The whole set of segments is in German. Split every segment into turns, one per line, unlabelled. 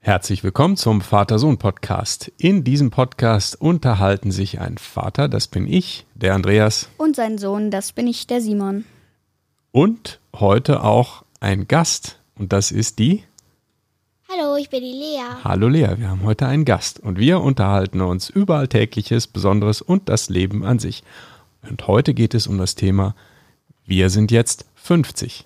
Herzlich willkommen zum Vater-Sohn-Podcast. In diesem Podcast unterhalten sich ein Vater, das bin ich, der Andreas,
Und sein Sohn, das bin ich, der Simon.
und heute auch ein Gast. Und das ist die.
Hallo, ich bin die Lea.
Hallo Lea, wir haben heute einen Gast und wir unterhalten uns über Alltägliches, Besonderes und das Leben an sich. Und heute geht es um das Thema Wir sind jetzt 50.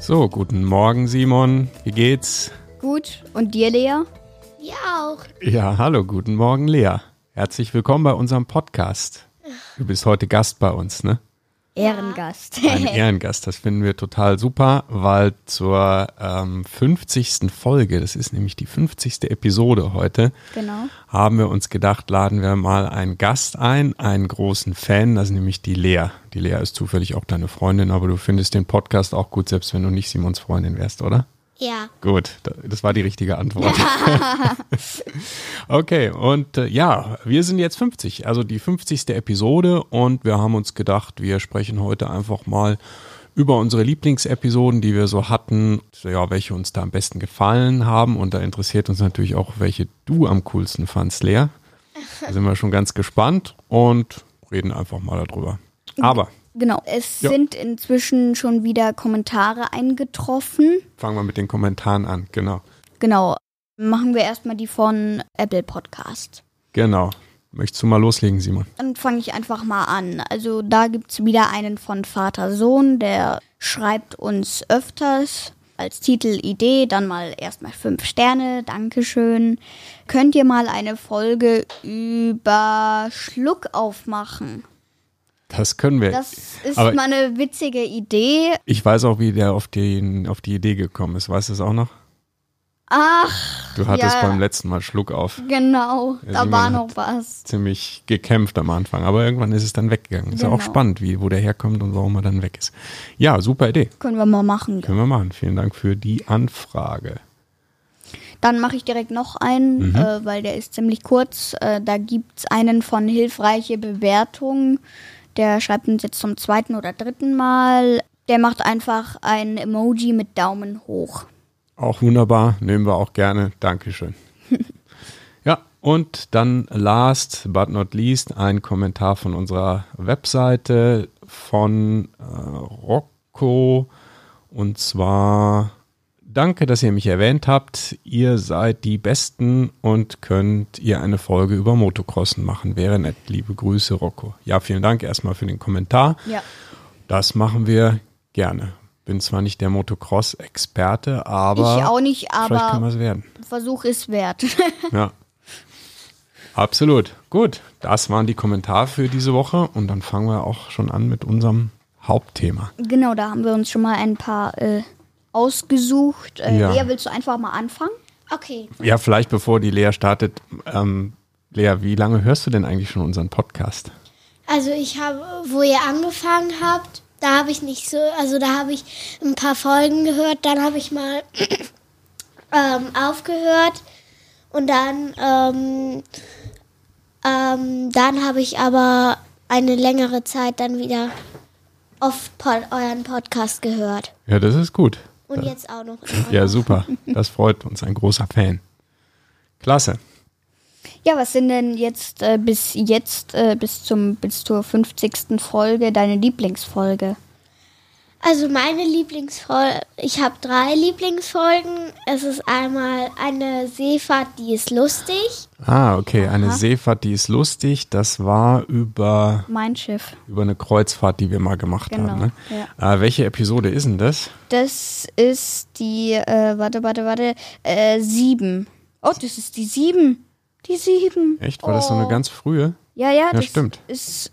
So, guten Morgen Simon, wie geht's?
Gut, und dir, Lea?
Ihr auch.
Ja, hallo, guten Morgen Lea. Herzlich willkommen bei unserem Podcast. Du bist heute Gast bei uns, ne?
Ehrengast.
ein Ehrengast. Das finden wir total super, weil zur ähm, 50. Folge, das ist nämlich die 50. Episode heute,
genau.
haben wir uns gedacht, laden wir mal einen Gast ein, einen großen Fan, das ist nämlich die Lea. Die Lea ist zufällig auch deine Freundin, aber du findest den Podcast auch gut, selbst wenn du nicht Simons Freundin wärst, oder?
Ja.
Gut, da- das war die richtige Antwort. okay, und äh, ja, wir sind jetzt 50, also die 50. Episode und wir haben uns gedacht, wir sprechen heute einfach mal über unsere Lieblingsepisoden, die wir so hatten, ja, welche uns da am besten gefallen haben und da interessiert uns natürlich auch, welche du am coolsten fandst, Lea. Da sind wir schon ganz gespannt und reden einfach mal darüber. Aber
Genau. Es
Ja.
sind inzwischen schon wieder Kommentare eingetroffen.
fangen wir mit den Kommentaren an, genau.
Genau. Machen wir erstmal die von Apple Podcast.
Genau. Möchtest du mal loslegen, Simon?
Dann fange ich einfach mal an. Also da gibt's wieder einen von Vater Sohn, der schreibt uns öfters als Titel Idee, dann mal erstmal fünf Sterne, Dankeschön. Könnt ihr mal eine Folge über Schluck aufmachen?
Das können wir.
Das ist
Aber-
mal eine witzige Idee.
Ich weiß auch, wie der auf die, auf die Idee gekommen ist. Weißt du es auch noch?
Ach,
Du hattest
Ja.
beim letzten Mal Schluck auf.
genau, da
Simon
war
hat-
noch was.
Ziemlich gekämpft am Anfang, aber irgendwann ist es dann weggegangen. Ist ja auch
Genau.
spannend, wie, wo der herkommt und warum er dann weg ist. Ja, super Idee.
Können wir mal machen.
Können wir machen. Vielen Dank für die Anfrage.
Dann mache ich direkt noch
Mhm.
einen, äh, weil der ist ziemlich kurz. Äh, da gibt es einen von hilfreiche Bewertungen. Der schreibt uns jetzt zum zweiten oder dritten Mal. Der macht einfach ein Emoji mit Daumen hoch.
Auch wunderbar. Nehmen wir auch gerne. Dankeschön. ja, und dann last but not least ein Kommentar von unserer Webseite von äh, Rocco. Und zwar, danke, dass ihr mich erwähnt habt. Ihr seid die Besten und könnt ihr eine Folge über Motocrossen machen. Wäre nett. Liebe Grüße, Rocco. Ja, vielen Dank erstmal für den Kommentar.
Ja.
Das machen wir gerne. Bin zwar nicht der Motocross-Experte, aber
ich auch nicht,
vielleicht kann
aber
man es werden.
Versuch ist wert.
Ja. Absolut. Gut, das waren die Kommentare für diese Woche und dann fangen wir auch schon an mit unserem Hauptthema.
genau, da haben wir uns schon mal ein paar äh, ausgesucht. Äh,
Ja.
Lea, willst du einfach mal anfangen?
Okay.
Ja, vielleicht bevor die Lea startet, ähm, Lea, wie lange hörst du denn eigentlich schon unseren Podcast?
Also ich habe, wo ihr angefangen habt, da habe ich nicht so, also da habe ich ein paar Folgen gehört, dann habe ich mal ähm, aufgehört und dann, ähm, ähm, dann habe ich aber eine längere Zeit dann wieder oft pod euren Podcast gehört.
Ja, das ist gut.
Und jetzt auch noch.
Ja, super. Das freut uns. Ein großer Fan. Klasse.
Ja, was sind denn jetzt äh, bis jetzt, äh, bis, zum, bis zur 50. Folge deine Lieblingsfolge?
Also meine Lieblingsfolge, ich habe drei Lieblingsfolgen. Es ist einmal eine Seefahrt, die ist lustig.
Ah, okay. Eine Seefahrt, die ist lustig. Das war über,
Mein Schiff.
über eine Kreuzfahrt, die wir mal gemacht
Genau,
haben. Ne? Äh, welche Episode ist denn das?
Das ist die, äh, warte, warte, warte, äh, sieben. Oh, das ist die sieben. Die sieben.
Echt? War das so eine
Oh.
ganz frühe?
Ja, ja, das
stimmt.
ist,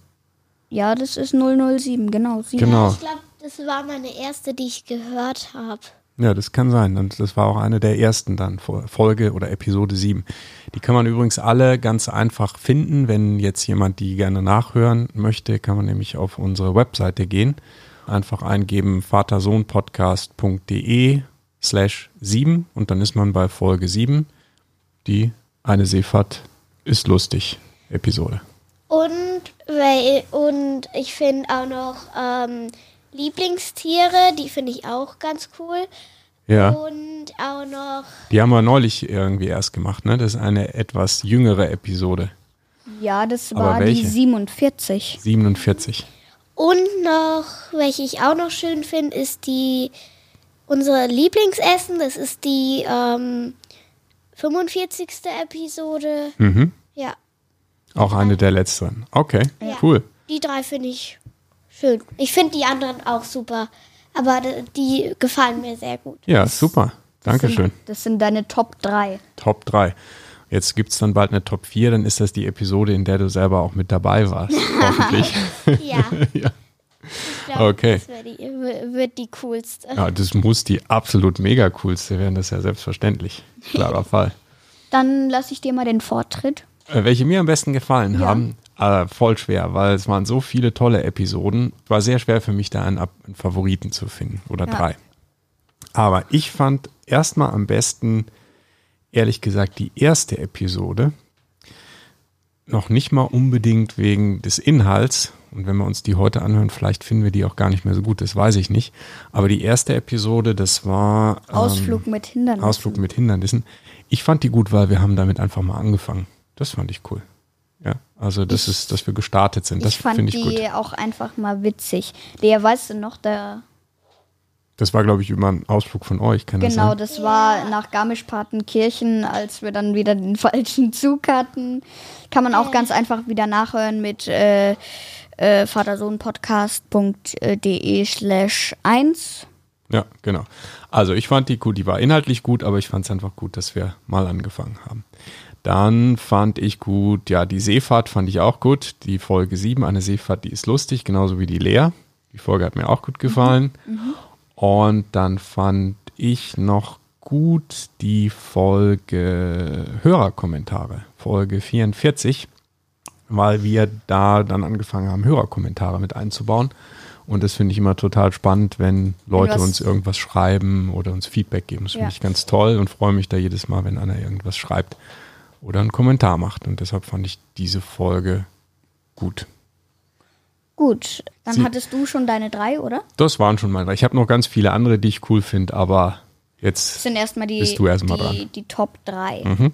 ja, das ist 007, genau, sieben.
Genau.
Ich glaube, das war meine erste, die ich gehört habe.
Ja, das kann sein. Und das war auch eine der ersten dann, Fol- Folge oder Episode 7. Die kann man übrigens alle ganz einfach finden. Wenn jetzt jemand die gerne nachhören möchte, kann man nämlich auf unsere Webseite gehen. Einfach eingeben vatersohnpodcast.de slash 7 und dann ist man bei Folge 7. Die eine Seefahrt ist lustig Episode.
Und, weil, und ich finde auch noch ähm, Lieblingstiere, die finde ich auch ganz cool.
Ja,
Und auch noch,
die haben wir neulich irgendwie erst gemacht, ne? Das ist eine etwas jüngere Episode.
Ja, das
Aber
war die
welche?
47.
47.
und noch, welche ich auch noch schön finde, ist die, unsere Lieblingsessen, das ist die ähm, 45. Episode.
Mhm.
Ja,
Auch eine der letzten. Okay, cool.
die drei finde ich schön. Ich finde die anderen auch super, aber d- die gefallen mir sehr gut.
Ja, super. Dankeschön.
Das sind deine Top 3.
Top 3. Jetzt gibt es dann bald eine Top 4, dann ist das die Episode, in der du selber auch mit dabei warst. Hoffentlich.
Ja,
ja.
ich glaube,
Okay.
das wär die, w- wird die coolste.
ja, das muss die absolut mega coolste werden, das ist ja selbstverständlich. Klarer Fall.
Dann lasse ich dir mal den Vortritt.
Äh, Welche mir am besten gefallen haben, äh, voll schwer, weil es waren so viele tolle Episoden. War sehr schwer für mich, da einen, Ab- einen Favoriten zu finden oder drei. Aber ich fand erstmal am besten, ehrlich gesagt, die erste Episode. Noch nicht mal unbedingt wegen des Inhalts. Und wenn wir uns die heute anhören, vielleicht finden wir die auch gar nicht mehr so gut, das weiß ich nicht. Aber die erste Episode, das war. ähm,
Ausflug mit Hindernissen.
Ausflug mit Hindernissen. Ich fand die gut, weil wir haben damit einfach mal angefangen. Das fand ich cool. Ja, also das ist, dass wir gestartet sind. Das
ich fand
finde ich
die
gut.
auch einfach mal witzig. Der, weißt du noch, der,
Das war, glaube ich, über einen Ausflug von euch, kann
genau,
das sein?
das war nach Garmisch-Partenkirchen, als wir dann wieder den falschen Zug hatten. Kann man auch ganz einfach wieder nachhören mit äh, äh, vatersohnpodcast.de slash 1.
Ja, genau. Also ich fand die gut, die war inhaltlich gut, aber ich fand es einfach gut, dass wir mal angefangen haben. Dann fand ich gut, ja, die Seefahrt fand ich auch gut. Die Folge 7, eine Seefahrt, die ist lustig, genauso wie die Lea. Die Folge hat mir auch
Mhm.
gut gefallen. Und dann fand ich noch gut die Folge Hörerkommentare, Folge 44, weil wir da dann angefangen haben, Hörerkommentare mit einzubauen. Und das finde ich immer total spannend, wenn Leute
was-
uns irgendwas schreiben oder uns Feedback geben. Das finde
Ja.
ich ganz toll und freue mich da jedes Mal, wenn einer irgendwas schreibt oder einen Kommentar macht. Und deshalb fand ich diese Folge gut.
Gut, dann
Sie-
hattest du schon deine drei, oder?
Das waren schon meine. Ich habe noch ganz viele andere, die ich cool finde, aber jetzt.
Das sind erstmal die,
Bist du erstmal
die,
dran. Mhm.
die Top 3.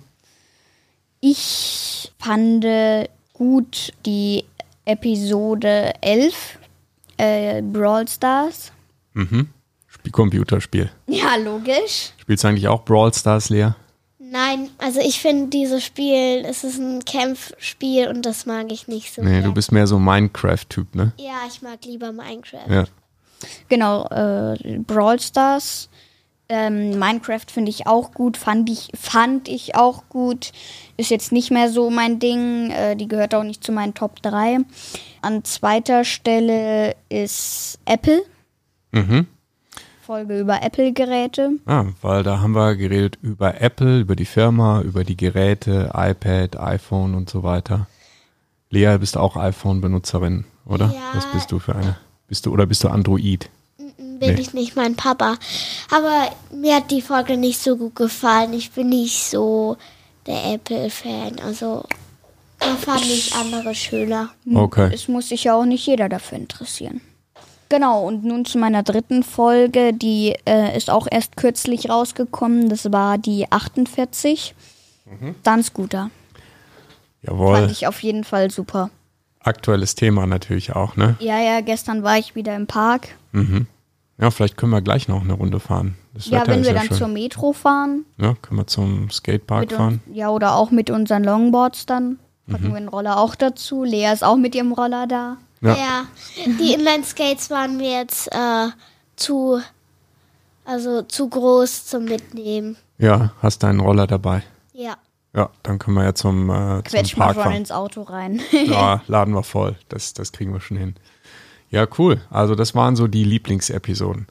Ich fand äh, gut die Episode 11, äh, Brawl Stars.
Spiel Computerspiel.
Ja, logisch.
Spielst du eigentlich auch Brawl Stars, Lea?
Nein, also ich finde dieses Spiel, es ist ein Kämpfspiel und das mag ich nicht so.
Nee,
gern.
du bist mehr so Minecraft-Typ, ne?
ja, ich mag lieber Minecraft.
Ja.
Genau, äh, Brawl Stars. Ähm, Minecraft finde ich auch gut, fand ich, fand ich auch gut. Ist jetzt nicht mehr so mein Ding. Äh, die gehört auch nicht zu meinen Top 3. An zweiter Stelle ist Apple.
Mhm.
Folge über Apple-Geräte.
Ah, weil da haben wir geredet über Apple, über die Firma, über die Geräte, iPad, iPhone und so weiter. Lea, bist auch iPhone-Benutzerin, oder?
Ja.
Was bist du für eine? Bist du oder bist du Android?
Bin ich nicht mein Papa. Aber mir hat die Folge nicht so gut gefallen. Ich bin nicht so der Apple-Fan. Also da fand ich andere schöner.
Hm,
Okay.
Es muss sich ja auch nicht jeder dafür interessieren. Genau, und nun zu meiner dritten Folge, die äh, ist auch erst kürzlich rausgekommen. Das war die 48.
Mhm.
Dann Scooter. Fand
Jawohl.
ich auf jeden Fall super.
Aktuelles Thema natürlich auch, ne? Mhm.
Ja, ja, gestern war ich wieder im Park.
Ja, vielleicht können wir gleich noch eine Runde fahren. Das
ja,
Wetter
wenn
ist
wir
ja
dann
schön.
zur Metro fahren.
Ja, können wir zum Skatepark
Mit
fahren.
uns, ja, oder auch mit unseren Longboards dann. Packen
Mhm.
wir den Roller auch dazu. Lea ist auch mit ihrem Roller da.
Ja.
Ja, die Inline-Skates waren mir jetzt äh, zu, also zu groß zum Mitnehmen.
Ja, hast deinen Roller dabei.
Ja.
Ja, dann können wir ja zum, äh, zum
Quetsch mal
Park
vorne
fahren.
ins Auto rein.
Ja, laden wir voll. Das, das kriegen wir schon hin. Ja, cool. Also das waren so die Lieblingsepisoden.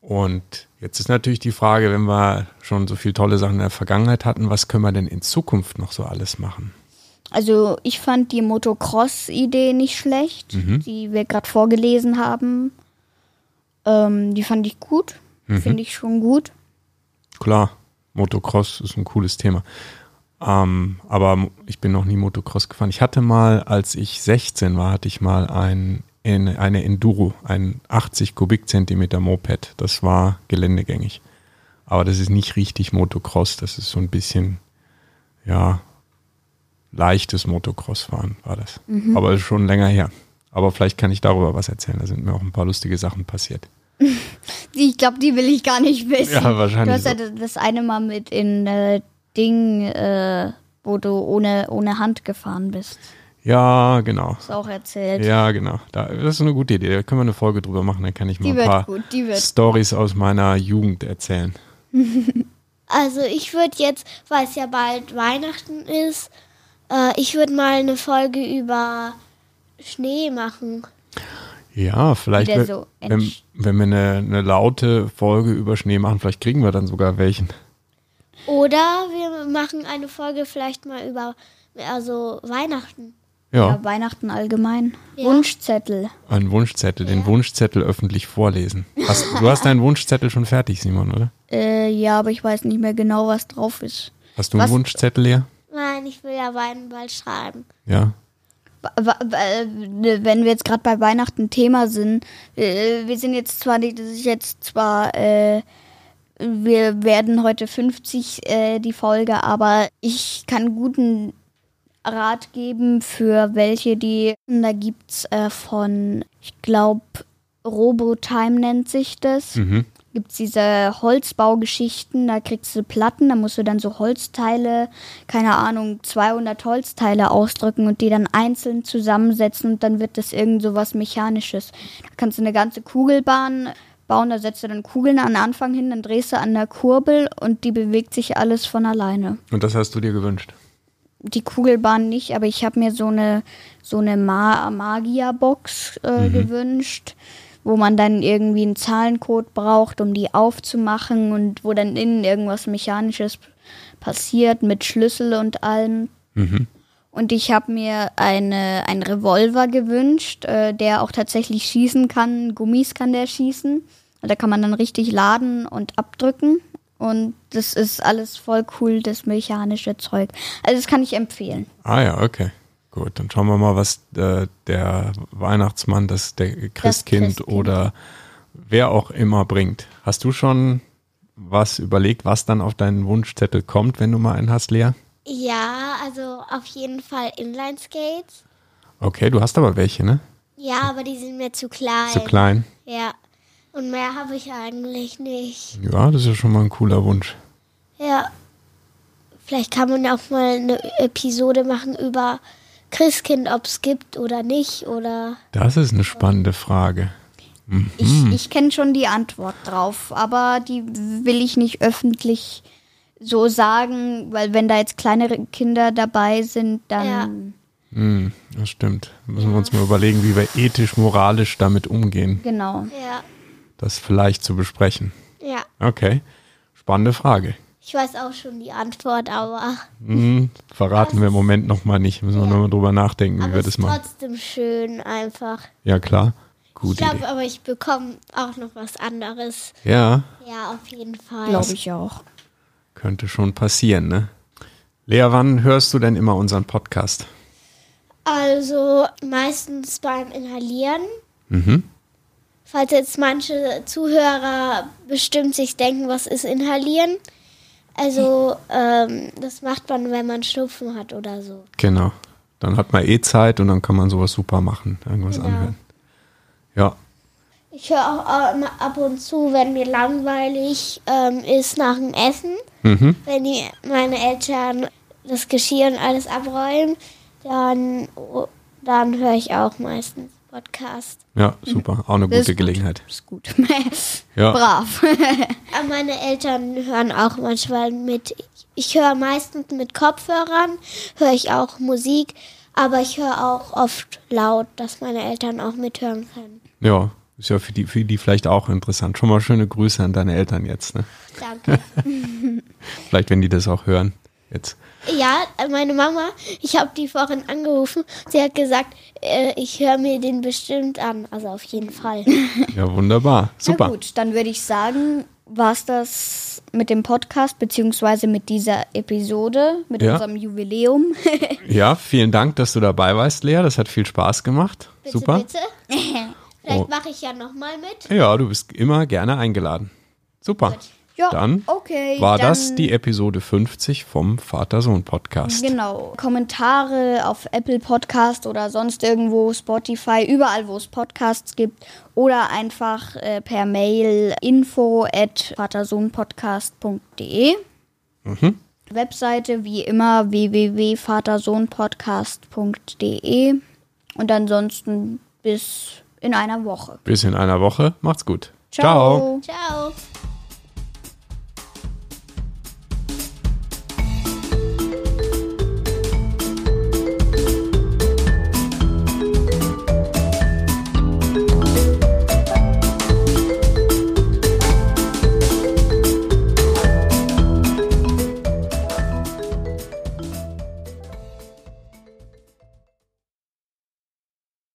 Und jetzt ist natürlich die Frage, wenn wir schon so viele tolle Sachen in der Vergangenheit hatten, was können wir denn in Zukunft noch so alles machen?
Also ich fand die Motocross-Idee nicht schlecht,
Mhm.
die wir gerade
Mhm.
vorgelesen haben. Ähm, die fand ich gut, finde ich schon gut.
klar, Motocross ist ein cooles Thema. Ähm, aber ich bin noch nie Motocross gefahren. Ich hatte mal, als ich 16 war, hatte ich mal ein, in, eine Enduro, ein 80 Kubikzentimeter Moped. Das war geländegängig. Aber das ist nicht richtig Motocross. Das ist so ein bisschen, ja, leichtes Motocross-Fahren war das. Aber ist schon länger her. Aber vielleicht kann ich darüber was erzählen. Da sind mir auch ein paar lustige Sachen passiert.
Ich glaube, die will ich gar nicht wissen.
Ja, wahrscheinlich
Du hast ja
so.
das eine Mal mit in äh, Ding, äh, wo du ohne, ohne Hand gefahren bist.
Ja, genau.
Hast du auch erzählt.
Ja, genau. Da, das ist eine gute Idee. Da können wir eine Folge drüber machen. Dann kann ich mal
Die
ein
wird
paar
gut, die wird gut.
Stories aus meiner Jugend erzählen.
Also ich würde jetzt, weil es ja bald Weihnachten ist, äh, ich würde mal eine Folge über Schnee machen.
Ja, vielleicht,
Wieder
wenn,
so
wenn,
entsch-
wenn wir eine, eine laute Folge über Schnee machen, vielleicht kriegen wir dann sogar welchen.
Oder wir machen eine Folge vielleicht mal über also Weihnachten.
Ja,
Ja, Weihnachten allgemein. Wunschzettel.
einen Wunschzettel, den Wunschzettel öffentlich vorlesen. Hast, du hast deinen Wunschzettel schon fertig, Simon, oder?
Äh, ja, aber ich weiß nicht mehr genau, was drauf ist.
Hast du einen
Was-
Wunschzettel leer?
Nein, ich will ja Weihnachten bald schreiben.
Ja.
Wa- wa- wa- äh, Wenn wir jetzt gerade bei Weihnachten Thema sind, äh, wir sind jetzt zwar nicht, das ist jetzt zwar, äh, wir werden heute 50 äh, die Folge, aber ich kann guten Rat geben für welche, die, da gibt's äh, von, ich glaube, Robotime nennt sich das.
Mhm.
Gibt's diese Holzbaugeschichten, da kriegst du Platten, da musst du dann so Holzteile, keine Ahnung, 200 Holzteile ausdrücken und die dann einzeln zusammensetzen und dann wird das irgend so was Mechanisches. Da kannst du eine ganze Kugelbahn bauen, da setzt du dann Kugeln an den Anfang hin, dann drehst du an der Kurbel und die bewegt sich alles von alleine.
Und das hast du dir gewünscht.
Die Kugelbahn nicht, aber ich habe mir so eine, so eine Ma Magia-Box äh, gewünscht, wo man dann irgendwie einen Zahlencode braucht, um die aufzumachen und wo dann innen irgendwas Mechanisches passiert mit Schlüssel und allem. Und ich habe mir eine, einen Revolver gewünscht, äh, der auch tatsächlich schießen kann. Gummis kann der schießen. Da kann man dann richtig laden und abdrücken. Und das ist alles voll cool, das mechanische Zeug. Also das kann ich empfehlen.
Ah ja, okay. Gut, dann schauen wir mal, was äh, der Weihnachtsmann, das der Christkind,
Christkind.
oder wer auch immer bringt. Hast du schon was überlegt, was dann auf deinen Wunschzettel kommt, wenn du mal einen hast, Lea?
Ja, also auf jeden Fall Inline Skates.
Okay, du hast aber welche, ne?
Ja, aber die sind mir zu klein.
Zu klein.
Ja. Und mehr habe ich eigentlich nicht.
Ja, das ist ja schon mal ein cooler Wunsch.
Ja. Vielleicht kann man auch mal eine Episode machen über Christkind, ob es gibt oder nicht. Oder
Das ist eine spannende Frage.
Ich,
Hm.
ich kenne schon die Antwort drauf, aber die will ich nicht öffentlich so sagen, weil wenn da jetzt kleinere Kinder dabei sind, dann
Hm, das stimmt. Da müssen wir uns mal überlegen, wie wir ethisch, moralisch damit umgehen,
genau.
ja.
das vielleicht zu besprechen.
Ja.
Okay, spannende Frage.
Ich weiß auch schon die Antwort, aber,
Hm, verraten wir im Moment noch mal nicht. Müssen wir noch mal drüber nachdenken, wie
aber
wir
es
das
ist
machen.
trotzdem schön einfach.
Ja, klar.
ich
Gute
glaube
Idee.
aber, ich bekomme auch noch was anderes.
Ja,
Ja, auf jeden Fall.
Glaube ich auch.
könnte schon passieren, ne? Lea, wann hörst du denn immer unseren Podcast?
Also meistens beim Inhalieren.
Mhm.
Falls jetzt manche Zuhörer bestimmt sich denken, was ist Inhalieren? Also
Hm.
ähm, das macht man, wenn man Schnupfen hat oder so.
Genau. Dann hat man eh Zeit und dann kann man sowas super machen, irgendwas
Genau.
anhören. Ja,
Ich höre auch äh, immer ab und zu, wenn mir langweilig ähm, ist nach dem Essen,
Mhm.
wenn die, meine Eltern das Geschirr und alles abräumen, dann, oh, dann höre ich auch meistens Podcast.
ja, super. Auch eine
Das ist
gute
gut.
Gelegenheit.
Ist gut.
Ja.
Brav.
Aber Äh, meine Eltern hören auch manchmal mit. Ich höre meistens mit Kopfhörern, höre ich auch Musik, aber ich höre auch oft laut, dass meine Eltern auch mithören können.
Ja, ist ja für die, für die vielleicht auch interessant. Schon mal schöne Grüße an deine Eltern jetzt, ne?
Danke.
Vielleicht, wenn die das auch hören. Jetzt.
Ja, meine Mama, ich habe die vorhin angerufen. Sie hat gesagt, äh, ich höre mir den bestimmt an. Also auf jeden Fall.
Ja, wunderbar. Super.
Na gut, dann würde ich sagen, war's das mit dem Podcast, beziehungsweise mit dieser Episode, mit
Ja.
unserem Jubiläum.
Ja, vielen Dank, dass du dabei warst, Lea. Das hat viel Spaß gemacht.
Bitte,
Super.
bitte. Vielleicht
Oh.
mache ich ja nochmal mit.
Ja, du bist immer gerne eingeladen. Super.
ja,
Dann
okay.
War
dann,
das die Episode 50 vom Vater-Sohn-Podcast?
Genau. Kommentare auf Apple Podcast oder sonst irgendwo, Spotify, überall, wo es Podcasts gibt. Oder einfach äh, per Mail info at vatersohnpodcast.de. Webseite wie immer www.vatersohnpodcast.de. Und ansonsten bis in einer Woche.
Bis in einer Woche. Macht's gut.
Ciao.
Ciao.